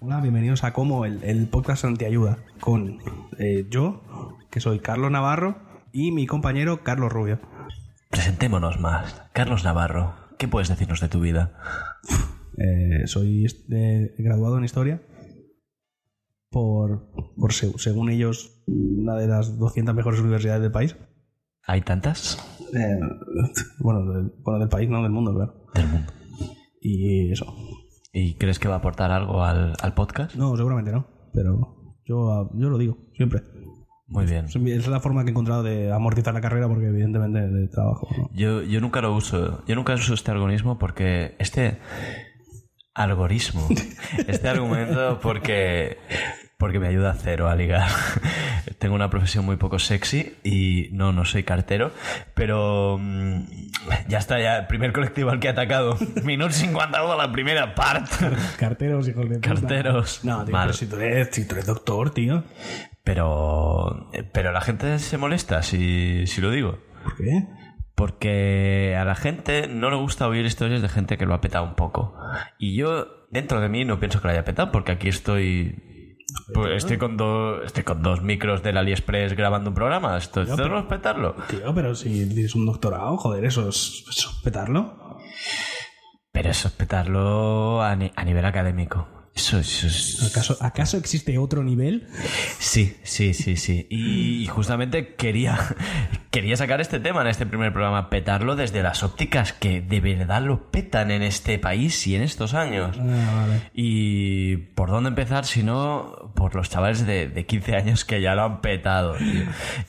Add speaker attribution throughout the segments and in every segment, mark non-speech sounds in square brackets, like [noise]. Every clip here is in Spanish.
Speaker 1: Hola, bienvenidos a Como, el, el podcast Antiayuda, con eh, yo, que soy Carlos Navarro, y mi compañero Carlos Rubio.
Speaker 2: Presentémonos más. Carlos Navarro, ¿qué puedes decirnos de tu vida?
Speaker 1: Eh, soy eh, graduado en Historia por, por se- según ellos, una de las 200 mejores universidades del país.
Speaker 2: ¿Hay tantas?
Speaker 1: Eh, bueno, del, bueno, del país, no del mundo, claro.
Speaker 2: Del mundo.
Speaker 1: Y eso.
Speaker 2: ¿Y crees que va a aportar algo al, al podcast?
Speaker 1: No, seguramente no, pero yo, ah, yo lo digo, siempre.
Speaker 2: Muy bien.
Speaker 1: Esa es la forma que he encontrado de amortizar la carrera porque evidentemente de trabajo. ¿no?
Speaker 2: Yo, yo nunca lo uso. Yo nunca uso este algoritmo porque. Este. [laughs] Algoritmo. Este argumento porque. Porque me ayuda a cero a ligar. [laughs] Tengo una profesión muy poco sexy y no, no soy cartero. Pero. mm, Ya está, ya. El primer colectivo al que he atacado. [laughs] Minuto 51 a la primera parte.
Speaker 1: Carteros, hijos de puta.
Speaker 2: Carteros.
Speaker 1: No, tío,
Speaker 2: Mal.
Speaker 1: pero si tú, eres, si tú eres doctor, tío.
Speaker 2: Pero. Pero la gente se molesta si, si lo digo.
Speaker 1: ¿Por qué?
Speaker 2: Porque a la gente no le gusta oír historias de gente que lo ha petado un poco. Y yo, dentro de mí, no pienso que lo haya petado, porque aquí estoy. pues, estoy con dos. Estoy con dos micros del AliExpress grabando un programa. Esto esto no es petarlo.
Speaker 1: Tío, pero si tienes un doctorado, joder, eso es, eso es petarlo.
Speaker 2: Pero eso es petarlo a, ni- a nivel académico. Eso, eso es.
Speaker 1: ¿Acaso, ¿Acaso existe otro nivel?
Speaker 2: Sí, sí, sí, sí. Y, y justamente quería, [laughs] quería sacar este tema en este primer programa, petarlo desde las ópticas que de verdad lo petan en este país y en estos años.
Speaker 1: Ah, vale.
Speaker 2: Y por dónde empezar, si no, por los chavales de, de 15 años que ya lo han petado, tío.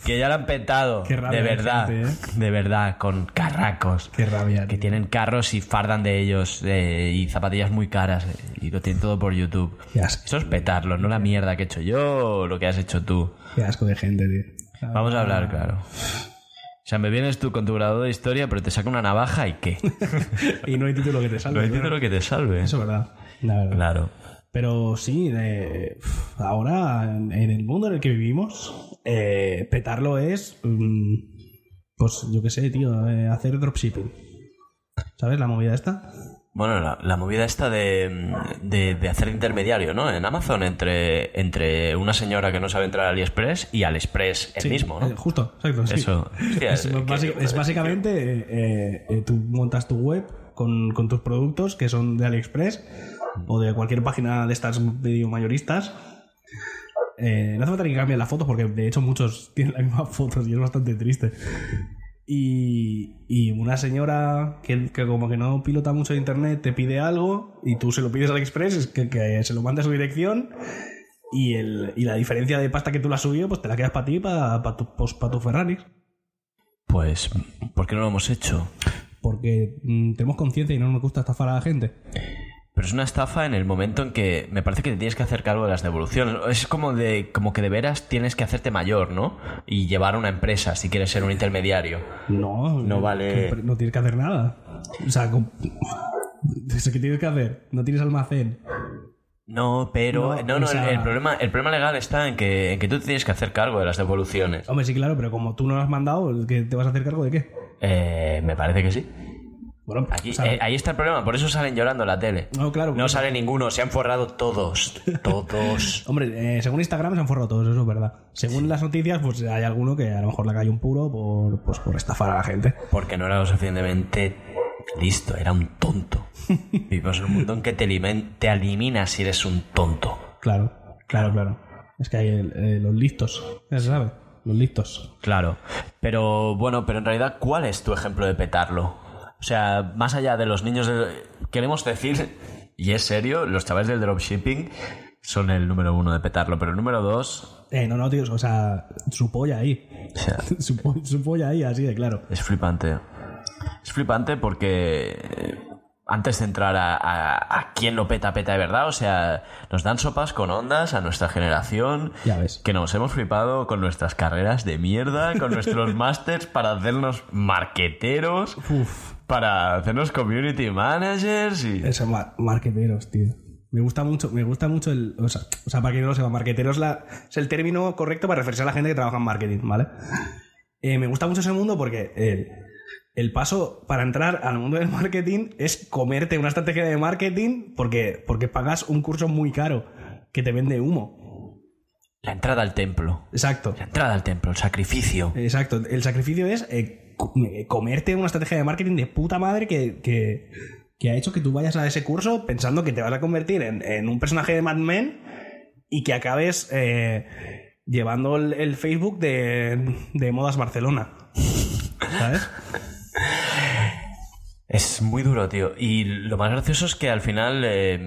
Speaker 2: Que ya lo han petado,
Speaker 1: Qué rabia
Speaker 2: de
Speaker 1: de
Speaker 2: verdad,
Speaker 1: gente, ¿eh?
Speaker 2: de verdad, con carracos.
Speaker 1: Qué rabia.
Speaker 2: Que
Speaker 1: tío.
Speaker 2: tienen carros y fardan de ellos eh, y zapatillas muy caras eh, y lo tienen todo por YouTube.
Speaker 1: Qué asco.
Speaker 2: Eso es petarlo, no la mierda que he hecho yo o lo que has hecho tú.
Speaker 1: Qué asco de gente, tío.
Speaker 2: Vamos a hablar, claro. O sea, me vienes tú con tu graduado de historia, pero te saca una navaja y qué.
Speaker 1: Y no hay título que te salga.
Speaker 2: [laughs] Lo hay título que te salve. ¿eh?
Speaker 1: Eso es verdad. La verdad.
Speaker 2: Claro.
Speaker 1: Pero sí, de- ahora en en el mundo en el que vivimos, eh, petarlo es, mm, pues yo qué sé, tío, eh, hacer dropshipping. ¿Sabes la movida esta?
Speaker 2: Bueno, la, la movida esta de, de, de hacer intermediario, ¿no? En Amazon, entre, entre una señora que no sabe entrar al AliExpress y al Express el
Speaker 1: Sí,
Speaker 2: mismo,
Speaker 1: eh,
Speaker 2: ¿no?
Speaker 1: Justo, exacto. sí.
Speaker 2: Eso. Hostia,
Speaker 1: es,
Speaker 2: que-
Speaker 1: básica- es básicamente, eh, eh, tú montas tu web con, con tus productos que son de AliExpress o de cualquier página de estas medio mayoristas. Eh, no hace falta que cambien las fotos porque de hecho muchos [laughs] tienen las mismas fotos y es bastante triste. Y, y una señora que, que como que no pilota mucho de internet te pide algo y tú se lo pides al Express, es que, que se lo manda a su dirección y, el, y la diferencia de pasta que tú la has subido pues te la quedas para ti, para pa tu, pues, pa tu Ferrari.
Speaker 2: Pues, ¿por qué no lo hemos hecho?
Speaker 1: Porque mm, tenemos conciencia y no nos gusta estafar a la gente.
Speaker 2: Pero es una estafa en el momento en que me parece que te tienes que hacer cargo de las devoluciones. Es como de como que de veras tienes que hacerte mayor, ¿no? Y llevar una empresa si quieres ser un intermediario.
Speaker 1: No,
Speaker 2: No vale.
Speaker 1: que- no tienes que hacer nada. O sea, com- Eso, [laughs] ¿qué tienes que hacer? No tienes almacén.
Speaker 2: No, pero
Speaker 1: No,
Speaker 2: no, no,
Speaker 1: o sea-
Speaker 2: el, el problema el problema legal está en que en que tú te tienes que hacer cargo de las devoluciones.
Speaker 1: Hombre, sí, claro, pero como tú no lo has mandado, ¿qué ¿te vas a hacer cargo de qué?
Speaker 2: Eh, me parece que sí.
Speaker 1: Bueno,
Speaker 2: Aquí,
Speaker 1: o sea,
Speaker 2: eh, ahí está el problema, por eso salen llorando en la tele.
Speaker 1: No, claro,
Speaker 2: No
Speaker 1: porque-
Speaker 2: sale ninguno, se han forrado todos. Todos.
Speaker 1: Hombre, eh, según Instagram se han forrado todos, eso es verdad. Según las noticias, pues hay alguno que a lo mejor le cae un puro por, pues, por estafar a la gente.
Speaker 2: Porque no era lo suficientemente listo, era un [laughs] tonto. Vivimos en un mundo en que te, elimin- te eliminas si eres un tonto.
Speaker 1: Claro, claro, claro. Es que hay el- eh, los listos, ya se sabe. Los lictos.
Speaker 2: Claro. Pero bueno, pero en realidad, ¿cuál es tu ejemplo de petarlo? O sea, más allá de los niños, de- queremos decir, y es serio, los chavales del dropshipping son el número uno de petarlo, pero el número dos
Speaker 1: Eh, no, no, tíos, o sea, su polla ahí.
Speaker 2: o sea,
Speaker 1: [laughs] su, po- su polla ahí, así de claro.
Speaker 2: es flipante. Es flipante porque eh, antes de entrar a, a, a quién lo peta, peta de verdad, o sea, nos dan sopas con ondas a nuestra generación.
Speaker 1: Ya ves.
Speaker 2: Que nos hemos flipado con nuestras carreras de mierda,
Speaker 1: [laughs]
Speaker 2: con nuestros másters para hacernos marqueteros, para hacernos community managers y...
Speaker 1: Esos ma- marqueteros, tío. Me gusta mucho, me gusta mucho el. O sea, o sea, para que no lo sepa, marquetero es, la- es el término correcto para referirse a la gente que trabaja en marketing, ¿vale? Eh, me gusta mucho ese mundo porque el, el paso para entrar al mundo del marketing es comerte una estrategia de marketing porque, porque pagas un curso muy caro que te vende humo.
Speaker 2: La entrada al templo.
Speaker 1: Exacto.
Speaker 2: La entrada al templo, el sacrificio.
Speaker 1: Exacto. El sacrificio es eh, co- eh, comerte una estrategia de marketing de puta madre que, que- que ha hecho que tú vayas a ese curso pensando que te vas a convertir en, en un personaje de Mad Men y que acabes eh, llevando el, el Facebook de, de Modas Barcelona. ¿Sabes?
Speaker 2: Es muy duro, tío. Y lo más gracioso es que al final, eh,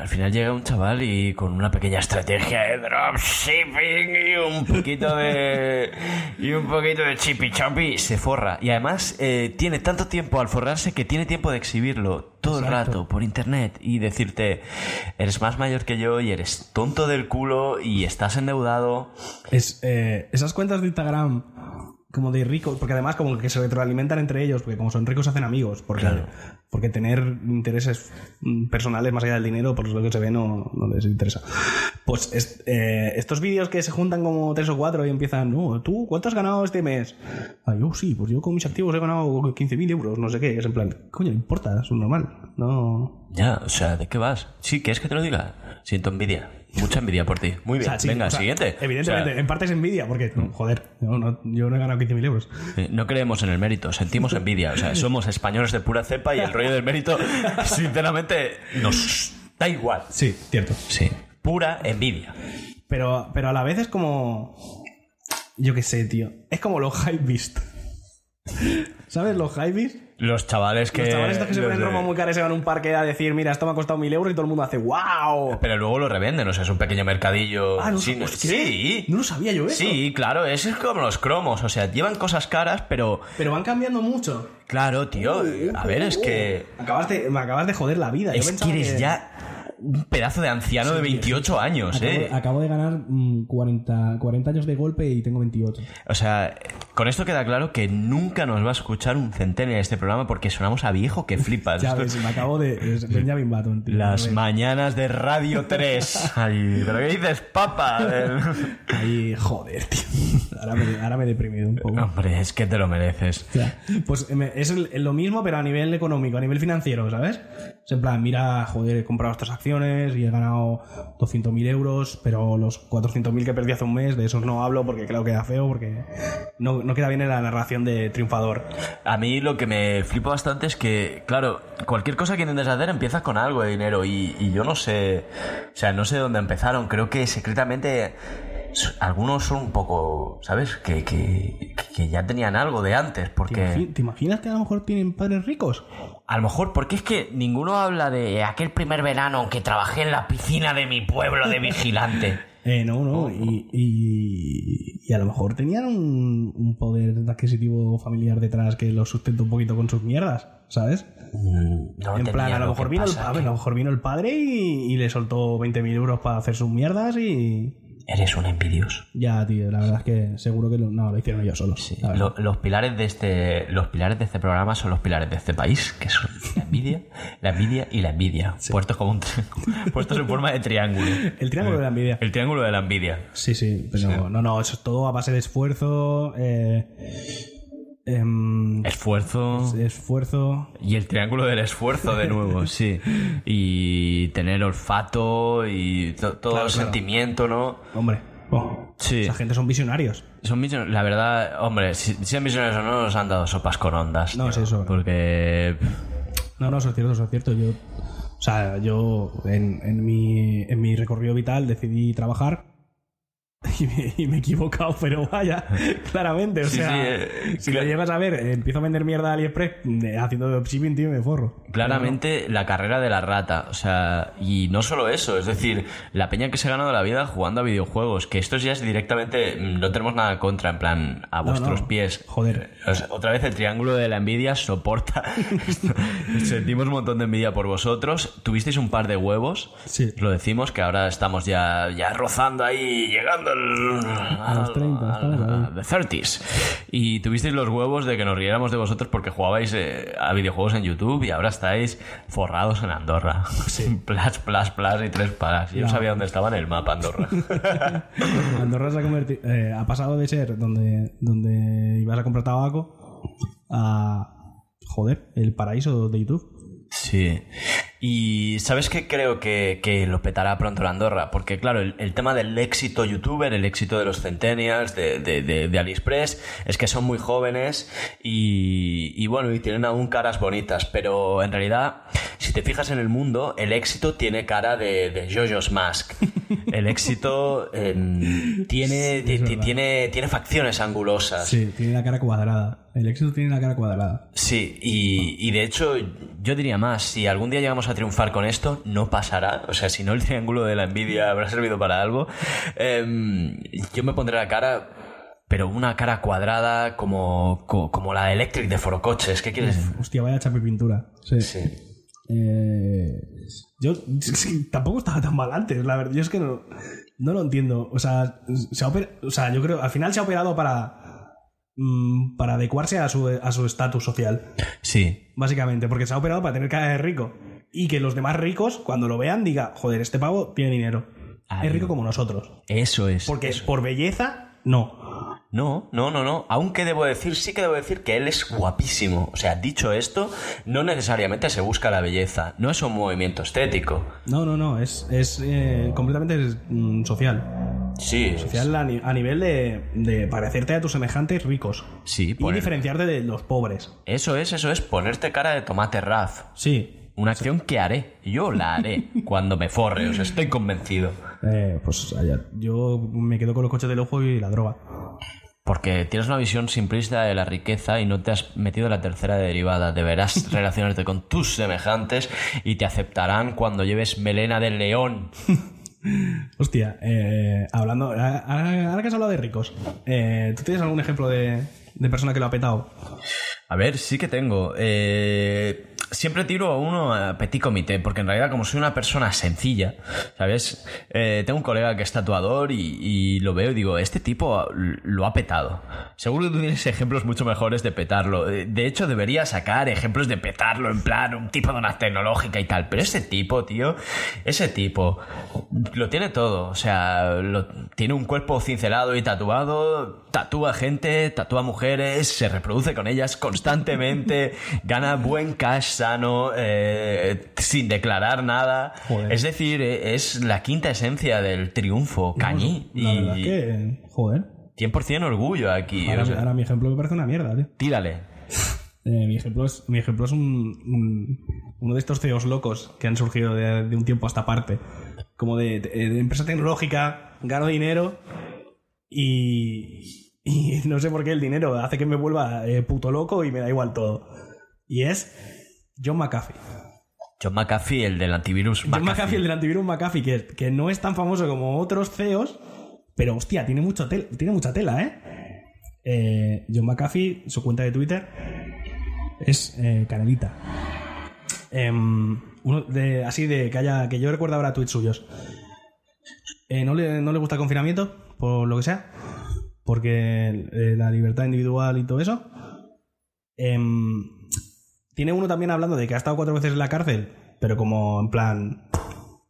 Speaker 2: al final llega un chaval y con una pequeña estrategia de dropshipping y un poquito de y un poquito de chipi champi se forra. Y además eh, tiene tanto tiempo al forrarse que tiene tiempo de exhibirlo todo el rato por internet y decirte eres más mayor que yo y eres tonto del culo y estás endeudado.
Speaker 1: Es, eh, esas cuentas de Instagram como de ricos, porque además como que se retroalimentan entre ellos, porque como son ricos se hacen amigos, porque, porque tener intereses mm, personales más allá del dinero, por lo que se ve, no, no les interesa. Pues es- eh, estos vídeos que se juntan como tres o cuatro y empiezan, no, tú, ¿cuánto has ganado este mes? Ah, yo sí, pues yo con mis activos he ganado 15.000 euros, no sé qué, es en plan, coño, no importa, es un normal, no...
Speaker 2: Ya, o sea, ¿de qué vas? Sí, ¿quieres que te lo diga? Siento envidia. Mucha envidia por ti. Muy bien.
Speaker 1: O sea, sí,
Speaker 2: Venga,
Speaker 1: o sea,
Speaker 2: siguiente.
Speaker 1: Evidentemente,
Speaker 2: O sea,
Speaker 1: en parte es envidia, porque, joder, yo no, yo no he ganado 15.000 euros.
Speaker 2: eh, no creemos en el mérito, sentimos envidia. O sea, somos españoles de pura cepa y el rollo del mérito, sinceramente, nos da igual.
Speaker 1: Sí, cierto.
Speaker 2: Sí. Pura envidia.
Speaker 1: Pero, pero a la vez es como. Yo qué sé, tío. Es como los hypebeast. ¿Sabes? Los hypebeast.
Speaker 2: Los chavales que.
Speaker 1: Los chavales estos que se
Speaker 2: los
Speaker 1: ponen
Speaker 2: de-
Speaker 1: ropa muy cara y se van a un parque a decir, mira, esto me ha costado mil euros y todo el mundo hace, ¡wow!
Speaker 2: Pero luego lo revenden, o sea, es un pequeño mercadillo.
Speaker 1: Ah, no,
Speaker 2: sí,
Speaker 1: sabía- hostia,
Speaker 2: sí.
Speaker 1: no lo sabía yo eso.
Speaker 2: Sí, claro, eso es como los cromos, o sea, llevan cosas caras, pero
Speaker 1: Pero van cambiando mucho.
Speaker 2: claro, tío, a ver, es que
Speaker 1: Acabas de, me acabas de joder la vida. Yo
Speaker 2: Es que
Speaker 1: pensaba
Speaker 2: eres
Speaker 1: que-
Speaker 2: ya un pedazo de anciano de 28 años,
Speaker 3: Acabo,
Speaker 2: ¿eh?
Speaker 3: acabo de ganar mm, 40, 40 años de golpe y tengo 28.
Speaker 2: O sea, con esto queda claro que nunca nos va a escuchar un centenario en este programa porque sonamos a viejo que
Speaker 3: [laughs]
Speaker 2: flipas.
Speaker 3: Ya
Speaker 2: Esto-
Speaker 3: ves, me acabo de. es Benjamin Button, tío.
Speaker 2: Las mañanas
Speaker 3: [laughs]
Speaker 2: de Radio 3. Ay, ¿pero qué dices, papa?
Speaker 1: Ahí, joder, tío. [laughs] Ahora me, ahora me he deprimido un poco.
Speaker 2: Hombre, es que te lo mereces.
Speaker 1: O sea, pues eh, me- es el- lo mismo, pero a nivel económico, a nivel financiero, ¿sabes? Es en plan, mira, joder, he comprado estas acciones y he ganado 200.000 euros, pero los 400.000 que perdí hace un mes, de esos no hablo porque, claro, queda feo, porque no, no queda bien en la narración de triunfador.
Speaker 2: A mí lo que me flipa bastante es que, claro, cualquier cosa que intentes hacer empiezas con algo de dinero y, y yo no sé, o sea, no sé dónde empezaron. Creo que secretamente s- algunos son un poco, ¿sabes? Que, que, que ya tenían algo de antes,
Speaker 1: Imagi-
Speaker 2: porque
Speaker 1: ¿Te imaginas que a lo mejor tienen padres ricos?
Speaker 2: a lo mejor, porque es que ninguno habla de aquel primer verano que trabajé en la piscina de mi pueblo de
Speaker 1: [laughs]
Speaker 2: vigilante.
Speaker 1: Eh, no,
Speaker 2: Oh,
Speaker 1: no, y, y, y a lo mejor tenían un, un poder adquisitivo familiar detrás que los sustenta un poquito con sus mierdas, ¿sabes?
Speaker 2: Mm, no
Speaker 1: en plan,
Speaker 2: tenía
Speaker 1: a lo, mejor
Speaker 2: que
Speaker 1: vino el,
Speaker 2: pasa
Speaker 1: a ver,
Speaker 2: que
Speaker 1: a lo mejor vino el padre y, y le soltó 20.000 euros para hacer sus mierdas y...
Speaker 2: Eres un envidioso.
Speaker 1: Ya, tío, la verdad es que seguro que lo, no, lo hicieron ellos solos.
Speaker 2: Sí,
Speaker 1: A ver.
Speaker 2: lo- los pilares de este los pilares de este programa son los pilares de este país que son la envidia la envidia y la envidia puestos como un tri- [laughs] puestos en forma de triángulo
Speaker 1: El triángulo de la envidia.
Speaker 2: el triángulo de la envidia
Speaker 1: Sí, sí, pero no, no, eso es todo a base de esfuerzo, eh,
Speaker 2: Eh.
Speaker 1: em,
Speaker 2: esfuerzo
Speaker 1: esfuerzo...
Speaker 2: y el triángulo del esfuerzo de nuevo sí y tener olfato y to- todo el sentimiento no
Speaker 1: Hombre, oh,
Speaker 2: Sí.
Speaker 1: esa gente son visionarios.
Speaker 2: Son misioneros, la verdad, hombre, si, sean misioneros o no, nos han dado sopas con ondas.
Speaker 1: No,
Speaker 2: tío,
Speaker 1: sí, eso.
Speaker 2: Porque.
Speaker 1: No, no, eso es cierto, eso es cierto. Yo, o sea, yo en, en mi, en mi recorrido vital decidí trabajar [laughs] y me, y me he equivocado, pero vaya, [laughs] claramente. O
Speaker 2: Sí,
Speaker 1: sea,
Speaker 2: sí, eh,
Speaker 1: si
Speaker 2: cla-
Speaker 1: lo llegas a ver, eh, empiezo a vender mierda a AliExpress eh, haciendo dropshipping, tío, y me forro.
Speaker 2: Claramente la carrera de la rata, o sea, y no solo eso, es decir, la peña que se ha ganado la vida jugando a videojuegos, que esto ya es directamente, mm, no tenemos nada contra, en plan, a vuestros
Speaker 1: no.
Speaker 2: pies.
Speaker 1: Joder.
Speaker 2: O sea, otra vez el triángulo de la envidia soporta. [laughs] Sentimos un montón de envidia por vosotros. Tuvisteis un par de huevos,
Speaker 1: Sí.
Speaker 2: lo decimos, que ahora estamos ya, ya rozando ahí, llegando al-
Speaker 3: A los 30, estamos ahí.
Speaker 2: The 30s. Y tuvisteis los huevos de que nos riéramos de vosotros porque jugabais eh, a videojuegos en YouTube y ahora estáis forrados en Andorra. [laughs] plas, plas, plas y tres palas. Yo no sabía dónde estaba en el
Speaker 3: [laughs]
Speaker 2: mapa Andorra.
Speaker 1: [laughs] Andorra se ha convertido. eh, ha pasado de ser donde, donde ibas a comprar tabaco a. Joder, el paraíso de YouTube.
Speaker 2: Sí. Y ¿sabes qué? Creo que, que lo petará pronto la Andorra. Porque, claro, el, el tema del éxito youtuber, el éxito de los centennials, de, de, de- de AliExpress, es que son muy jóvenes y, y, bueno, y tienen aún caras bonitas. Pero en realidad, si te fijas en el mundo, el éxito tiene cara de, de Jojo's Mask. El éxito em, tiene, ti- ti- tiene, tiene facciones angulosas.
Speaker 1: Sí, tiene la cara cuadrada. El éxito tiene la cara cuadrada.
Speaker 2: Sí, y, y de hecho yo diría más, si algún día llegamos a triunfar con esto, no pasará, o sea, si no el triángulo de la envidia habrá servido para algo, Em, yo me pondré la cara, pero una cara cuadrada como, co- como, la Electric de Forocoches, ¿qué quieres?
Speaker 1: Hostia, vaya chape pintura. Sí.
Speaker 2: Sí.
Speaker 1: Eh,
Speaker 2: [laughs]
Speaker 1: yo sí, tampoco estaba tan mal antes, la verdad. Yo es que no, no lo entiendo. O sea, se ha oper- o sea, yo creo, al final se ha operado para. mm, para adecuarse a su a su estatus social.
Speaker 2: Sí,
Speaker 1: Básicamente, porque se ha operado para tener cara de rico. Y que los demás ricos, cuando lo vean, diga, joder, este pavo tiene dinero.
Speaker 2: Ah,
Speaker 1: es rico
Speaker 2: no.
Speaker 1: como nosotros.
Speaker 2: eso es.
Speaker 1: Porque por belleza, no.
Speaker 2: No, no, no, no. Aunque debo decir, sí que debo decir que él es guapísimo. O sea, dicho esto, no necesariamente se busca la belleza, no es un movimiento estético.
Speaker 1: No, no, no. Es, es eh, completamente mm, social.
Speaker 2: Sí,
Speaker 1: Social a, ni- a nivel de, de parecerte a tus semejantes ricos.
Speaker 2: Sí,
Speaker 1: Y
Speaker 2: pues. poner-
Speaker 1: diferenciarte de los pobres.
Speaker 2: Eso es, eso es, ponerte cara de tomate raz.
Speaker 1: Sí.
Speaker 2: Una acción que haré, yo la haré cuando me forre, os estoy convencido.
Speaker 1: Eh, pues allá. Yo me quedo con los coches del ojo y la droga.
Speaker 2: Porque tienes una visión simplista de la riqueza y no te has metido en la tercera derivada. Deberás relacionarte con tus semejantes y te aceptarán cuando lleves melena del león.
Speaker 1: Hostia, eh, hablando. Ahora ahora que has hablado de ricos, eh, ¿tú tienes algún ejemplo de, de persona que lo ha petado?
Speaker 2: A ver, sí que tengo. Eh, siempre tiro a uno a petit comité, porque en realidad, como soy una persona sencilla, ¿sabes? Eh, tengo un colega que es tatuador y, y lo veo y digo, este tipo lo ha petado. Seguro que tú tienes ejemplos mucho mejores de petarlo. Eh, De hecho, debería sacar ejemplos de petarlo, en plan, un tipo de una tecnológica y tal. Pero ese tipo, tío, ese tipo lo tiene todo. O sea, lo- tiene un cuerpo cincelado y tatuado, tatúa gente, tatúa mujeres, se reproduce con ellas
Speaker 1: [laughs]
Speaker 2: constantemente, gana buen cash sano, eh, sin declarar nada.
Speaker 1: Joder.
Speaker 2: Es decir, eh, es la quinta esencia del triunfo, cañí.
Speaker 1: La verdad
Speaker 2: y
Speaker 1: que. Joder.
Speaker 2: 100% orgullo aquí.
Speaker 1: Ahora,
Speaker 2: o sea,
Speaker 1: ahora mi ejemplo me parece una mierda, tío.
Speaker 2: tírale.
Speaker 1: Eh, mi ejemplo es, mi ejemplo es un, un- uno de estos CEOs locos que han surgido de, de un tiempo a esta parte. Como de, de- de empresa tecnológica, gano dinero y, y no sé por qué el dinero hace que me vuelva eh, puto loco y me da igual todo. Y es John McAfee.
Speaker 2: John McAfee, el del antivirus.
Speaker 1: John McAfee, el del antivirus McAfee, que, que no es tan famoso como otros CEOs, pero hostia, tiene, mucho tel- tiene mucha tela, ¿eh? Eh, John McAfee, su cuenta de Twitter es eh, Canelita. Em, uno de, así de que haya, que yo recuerdo ahora tweets suyos. Eh, no, le, no le gusta el confinamiento, por lo que sea, porque eh, la libertad individual y todo eso. Em, tiene uno también hablando de que ha estado cuatro veces en la cárcel, pero como en plan.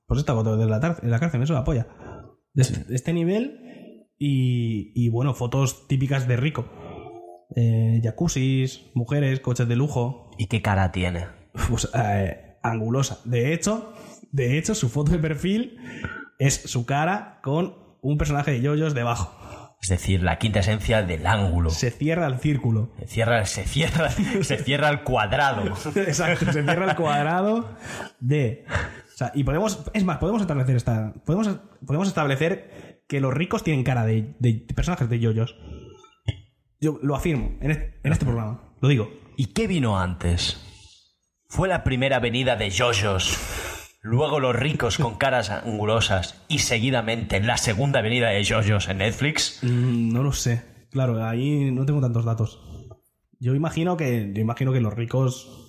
Speaker 1: Pues he estado cuatro veces en la, tar- en la cárcel, eso la polla. De este, de este nivel y, y, bueno, fotos típicas de rico. Eh, jacuzzis, mujeres, coches de lujo.
Speaker 2: ¿Y qué cara tiene?
Speaker 1: Pues, eh, angulosa. De hecho, de hecho, su foto de perfil es su cara con un personaje de yoyos debajo.
Speaker 2: Es decir, la quinta esencia del ángulo.
Speaker 1: Se cierra el círculo.
Speaker 2: Se cierra, se cierra, se cierra el cuadrado.
Speaker 1: [laughs] Exacto, se cierra el cuadrado de. O sea, y podemos. Es más, podemos establecer esta. Podemos, podemos establecer que los ricos tienen cara de, de personajes de yoyos. Yo lo afirmo en, e- en este programa. Lo digo.
Speaker 2: ¿Y qué vino antes? Fue la primera venida de yoyos, luego los ricos con caras angulosas y seguidamente la segunda venida de yoyos en Netflix.
Speaker 1: Mm, No lo sé. Claro, ahí no tengo tantos datos. Yo imagino que. Yo imagino que los ricos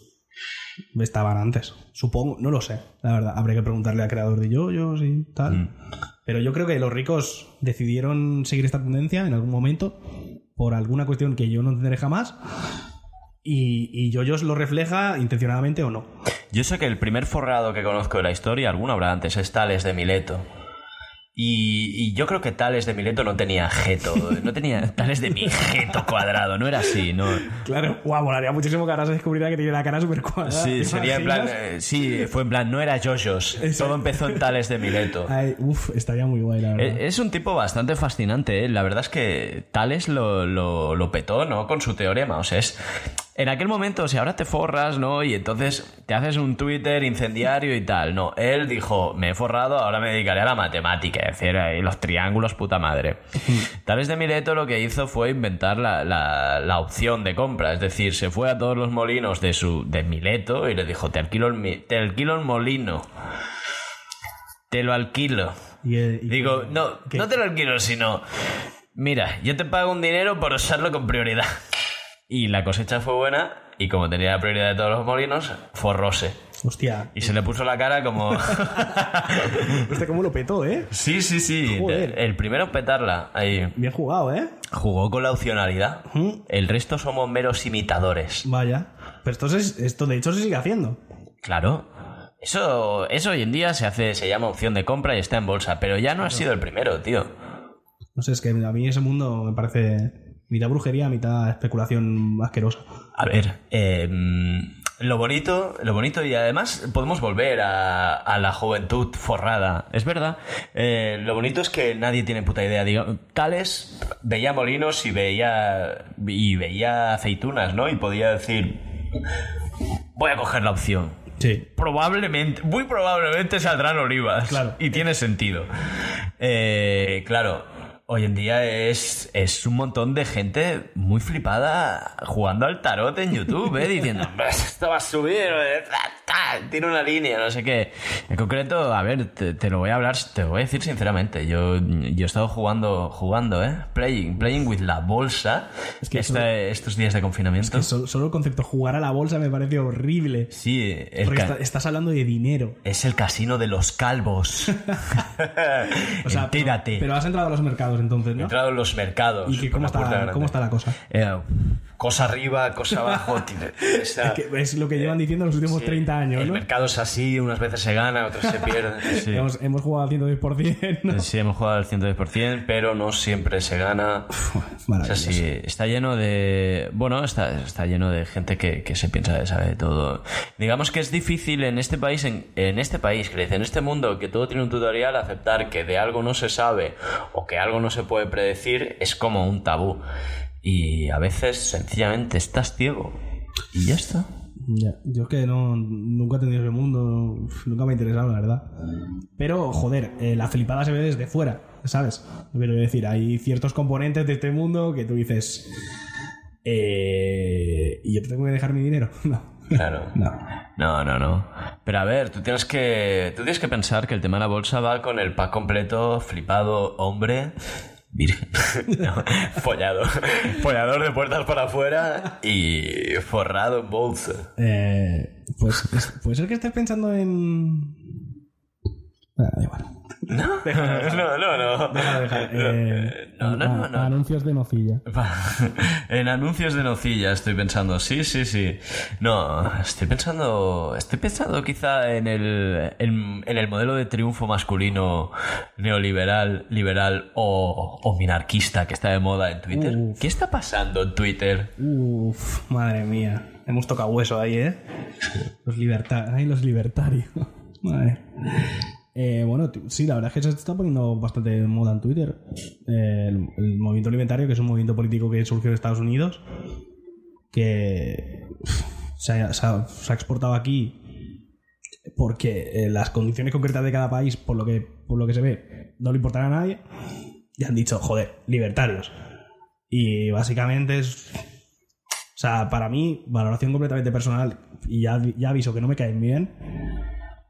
Speaker 1: estaban antes. Supongo, no lo sé, la verdad. Habría que preguntarle al creador de yoyos y tal.
Speaker 2: Mm.
Speaker 1: Pero yo creo que los ricos decidieron seguir esta tendencia en algún momento por alguna cuestión que yo no entenderé jamás. Y, y yoyos lo refleja intencionadamente o no.
Speaker 2: Yo sé que el primer forrado que conozco de la historia, alguno habrá antes, es Tales de Mileto. Y, y yo creo que Tales de Mileto no tenía jeto, no tenía Tales de Mileto cuadrado, no era así, no.
Speaker 1: Claro, guau, molaría muchísimo que ahora se descubriera que tiene la cara super cuadrada.
Speaker 2: Sí,
Speaker 1: ¿Te
Speaker 2: sería en plan,
Speaker 1: imaginas?
Speaker 2: eh, sí, fue en plan, no era yoyos, todo empezó en Tales de Mileto.
Speaker 1: Ay, uf, estaría muy guay, la verdad.
Speaker 2: E- Es un tipo bastante fascinante, ¿eh? La verdad es que Tales lo, lo, lo petó, ¿no? Con su teorema. O sea, es. En aquel momento, o sea, ahora te forras, ¿no? Y entonces te haces un Twitter incendiario y tal. No, él dijo, me he forrado, ahora me dedicaré a la matemática, es decir, ahí los triángulos, puta madre. Tales de Mileto lo que hizo fue inventar la, la- la opción de compra, es decir, se fue a todos los molinos de, su, de Mileto y le dijo, te alquilo el, mi- te alquilo el molino, te lo alquilo.
Speaker 1: Y, eh, y-
Speaker 2: Digo, no,
Speaker 1: ¿Qué?
Speaker 2: no te lo alquilo, sino. Mira, yo te pago un dinero por usarlo con prioridad. Y la cosecha fue buena, y como tenía la prioridad de todos los molinos, forróse.
Speaker 1: Hostia,
Speaker 2: Y se le puso la cara como.
Speaker 1: [laughs] Este cómo lo petó, ¿eh?
Speaker 2: sí, sí, sí.
Speaker 1: Joder.
Speaker 2: El primero en petarla. Ahí.
Speaker 1: Bien jugado, ¿eh?
Speaker 2: Jugó con la opcionalidad.
Speaker 1: Ujú.
Speaker 2: El resto somos meros imitadores.
Speaker 1: Vaya. Pero esto, es, esto de hecho se sigue haciendo.
Speaker 2: Claro. Eso, eso hoy en día se hace, se llama opción de compra y está en bolsa, pero ya no ha sido el primero, tío.
Speaker 1: No sé, es que a mí ese mundo me parece mitad brujería, mitad especulación asquerosa.
Speaker 2: A ver, eh, mm, lo bonito, lo bonito y además podemos volver a, a la juventud forrada. Es verdad. Eh, lo bonito es que nadie tiene puta idea. Digo, Tales veía molinos y veía y veía aceitunas, ¿no? Y podía decir, voy a coger la opción.
Speaker 1: Sí.
Speaker 2: Probablemente, muy probablemente saldrán olivas.
Speaker 1: Claro.
Speaker 2: Y tiene sentido. Eh, claro, hoy en día es, es un montón de gente muy flipada jugando al tarot en YouTube, eh, diciendo, "Hombre, esto va a subir, eh, ta, ta, tiene una línea, no sé qué. En concreto, a ver, te, te lo voy a hablar, te lo voy a decir sinceramente. Yo, yo he estado jugando, jugando, ¿eh? Playing, playing with la bolsa
Speaker 1: que eso-
Speaker 2: este- estos días de confinamiento.
Speaker 1: Que so- solo el concepto jugar a la bolsa me parece horrible.
Speaker 2: Sí, el
Speaker 1: Porque
Speaker 2: ca-
Speaker 1: está- estás hablando de dinero.
Speaker 2: Es el casino de los calvos.
Speaker 1: [laughs] O sea, pero-
Speaker 2: Entérate.
Speaker 1: Pero, has entrado a los mercados entonces,
Speaker 2: He
Speaker 1: ¿no?
Speaker 2: entrado en los mercados.
Speaker 1: ¿Y que
Speaker 2: por
Speaker 1: cómo,
Speaker 2: la puerta
Speaker 1: está,
Speaker 2: grande.
Speaker 1: cómo está la cosa?
Speaker 2: Eh, cosa arriba,
Speaker 1: [laughs]
Speaker 2: cosa abajo. tiene- o sea,
Speaker 1: Que es lo que llevan diciendo los últimos
Speaker 2: sí,
Speaker 1: 30 años,
Speaker 2: El
Speaker 1: ¿no?
Speaker 2: mercado es así, unas veces se gana, otras
Speaker 1: [laughs]
Speaker 2: se pierde. Sí.
Speaker 1: Hemos, hemos jugado al 110%. ¿no?
Speaker 2: Sí, hemos jugado al 110%, pero no siempre se gana. O sea,
Speaker 1: Maravilloso.
Speaker 2: sí, está lleno de. Bueno, está, está lleno de gente que, que se piensa que sabe de todo. Digamos que es difícil en este país, en, en este país, que le dice, en este mundo que todo tiene un tutorial, aceptar que de algo no se sabe o que algo no se puede predecir es como un tabú. Y a veces sencillamente estás ciego. Y ya está.
Speaker 1: Ya, yo es que no, nunca he tenido ese mundo, uf, nunca me ha interesado, la verdad. Pero, joder, eh, la flipada se ve desde fuera, ¿sabes? Quiero decir, hay ciertos componentes de este mundo que tú dices. Eh, ¿Y yo te tengo que dejar mi dinero? [laughs] No.
Speaker 2: Claro.
Speaker 1: No.
Speaker 2: No, no, no. Pero a ver, tú tienes que. Tú tienes que pensar que el tema de la bolsa va con el pack completo, flipado, hombre. Virgen. No, follado. Follador de puertas para afuera y forrado en bolsa.
Speaker 1: Eh, pues es- puede ser que estés pensando en. Ah, da igual.
Speaker 2: No, no, no.
Speaker 1: Eh,
Speaker 2: No, no, no,
Speaker 3: A-
Speaker 2: no.
Speaker 3: Anuncios de nocilla.
Speaker 2: [laughs] En anuncios de nocilla estoy pensando, sí, sí, sí. No, estoy pensando. Estoy pensando quizá en el. en, en el modelo de triunfo masculino neoliberal, liberal o, o minarquista que está de moda en Twitter.
Speaker 1: Uf.
Speaker 2: ¿Qué está pasando en Twitter?
Speaker 1: Uf, madre mía. Hemos tocado hueso ahí, ¿eh? Los libertarios. Ay, los libertarios. [laughs] Madre. Eh, bueno, t- sí, la verdad es que se está poniendo bastante de moda en Twitter. Eh, el, el movimiento libertario, que es un movimiento político que surgió en Estados Unidos, que uf, se ha, se ha- se ha exportado aquí porque eh, las condiciones concretas de cada país, por lo que, por lo que se ve, que no le importará a nadie. Y han dicho, joder, libertarios. Y básicamente es. O sea, para mí, valoración completamente personal, y ya, ya aviso que no me caen bien,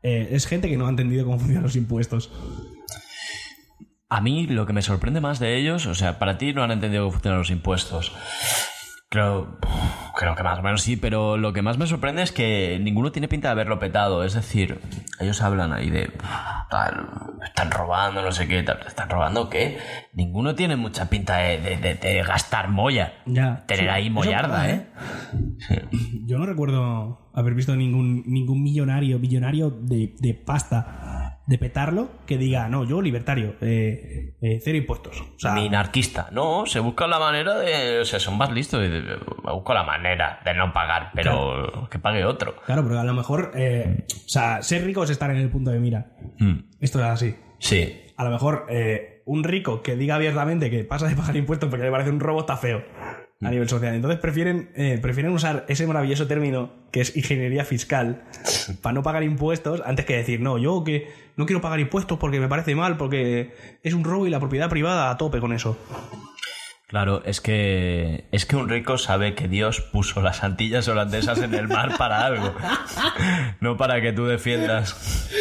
Speaker 1: eh, es gente que no ha entendido cómo [laughs] funcionan los impuestos.
Speaker 2: A mí lo que me sorprende más de ellos, o sea, para ti no han entendido cómo funcionan los impuestos. Creo, creo que más o menos sí, pero lo que más me sorprende es que ninguno tiene pinta de haberlo petado. Es decir, ellos hablan ahí de tal, están robando, no sé qué, tal, están robando qué. Ninguno tiene mucha pinta de, de- de- de gastar molla.
Speaker 1: Ya.
Speaker 2: Tener
Speaker 1: Sí,
Speaker 2: ahí
Speaker 1: eso
Speaker 2: mollarda,
Speaker 1: es
Speaker 2: ¿eh?
Speaker 1: Yo no recuerdo haber visto ningún, ningún millonario, millonario de, de pasta, de petarlo, que diga, no, yo libertario, eh, eh, cero impuestos. O sea,
Speaker 2: Ni anarquista. No, se busca la manera de. O sea, son más listos. y de- Me busco la manera de no pagar, pero que pague otro.
Speaker 1: Claro, pero a lo mejor, eh, o sea, ser rico es estar en el punto de mira.
Speaker 2: Mm,
Speaker 1: Esto es así.
Speaker 2: Sí.
Speaker 1: A lo mejor eh, un rico que diga abiertamente que pasa de pagar impuestos porque le parece un robo está feo a nivel social. Entonces prefieren, eh, prefieren usar ese maravilloso término que es ingeniería fiscal para no pagar impuestos antes que decir, no, yo que no quiero pagar impuestos porque me parece mal, porque es un robo y la propiedad privada a tope con eso.
Speaker 2: Claro, es que. Es que un rico sabe que Dios puso las antillas holandesas en el mar para algo. No para que tú defiendas.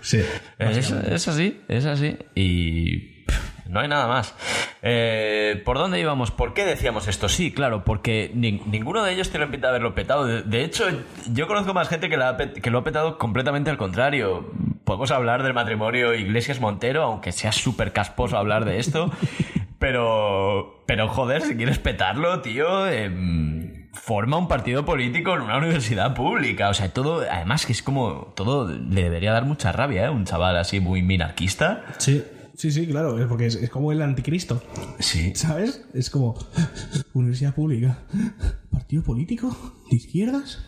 Speaker 1: sí.
Speaker 2: Pues Es, es así, es así. Y pff, no hay nada más. Eh, ¿Por dónde íbamos? ¿Por qué decíamos esto? Sí, claro, porque nin- ninguno de ellos tiene pinta de haberlo petado. De, de hecho, yo conozco más gente que, la ha pet- que lo ha petado completamente al contrario. Podemos hablar del matrimonio Iglesias Montero, aunque sea súper casposo hablar de esto. Pero, pero joder, si quieres petarlo, tío, em, forma un partido político en una universidad pública. O sea, todo, además que es como, todo le debería dar mucha rabia, ¿eh? Un chaval así muy minarquista.
Speaker 1: Sí. Sí, sí, claro, es porque es, es como el anticristo,
Speaker 2: Sí.
Speaker 1: ¿sabes? Es como [laughs] universidad pública, partido político, de izquierdas,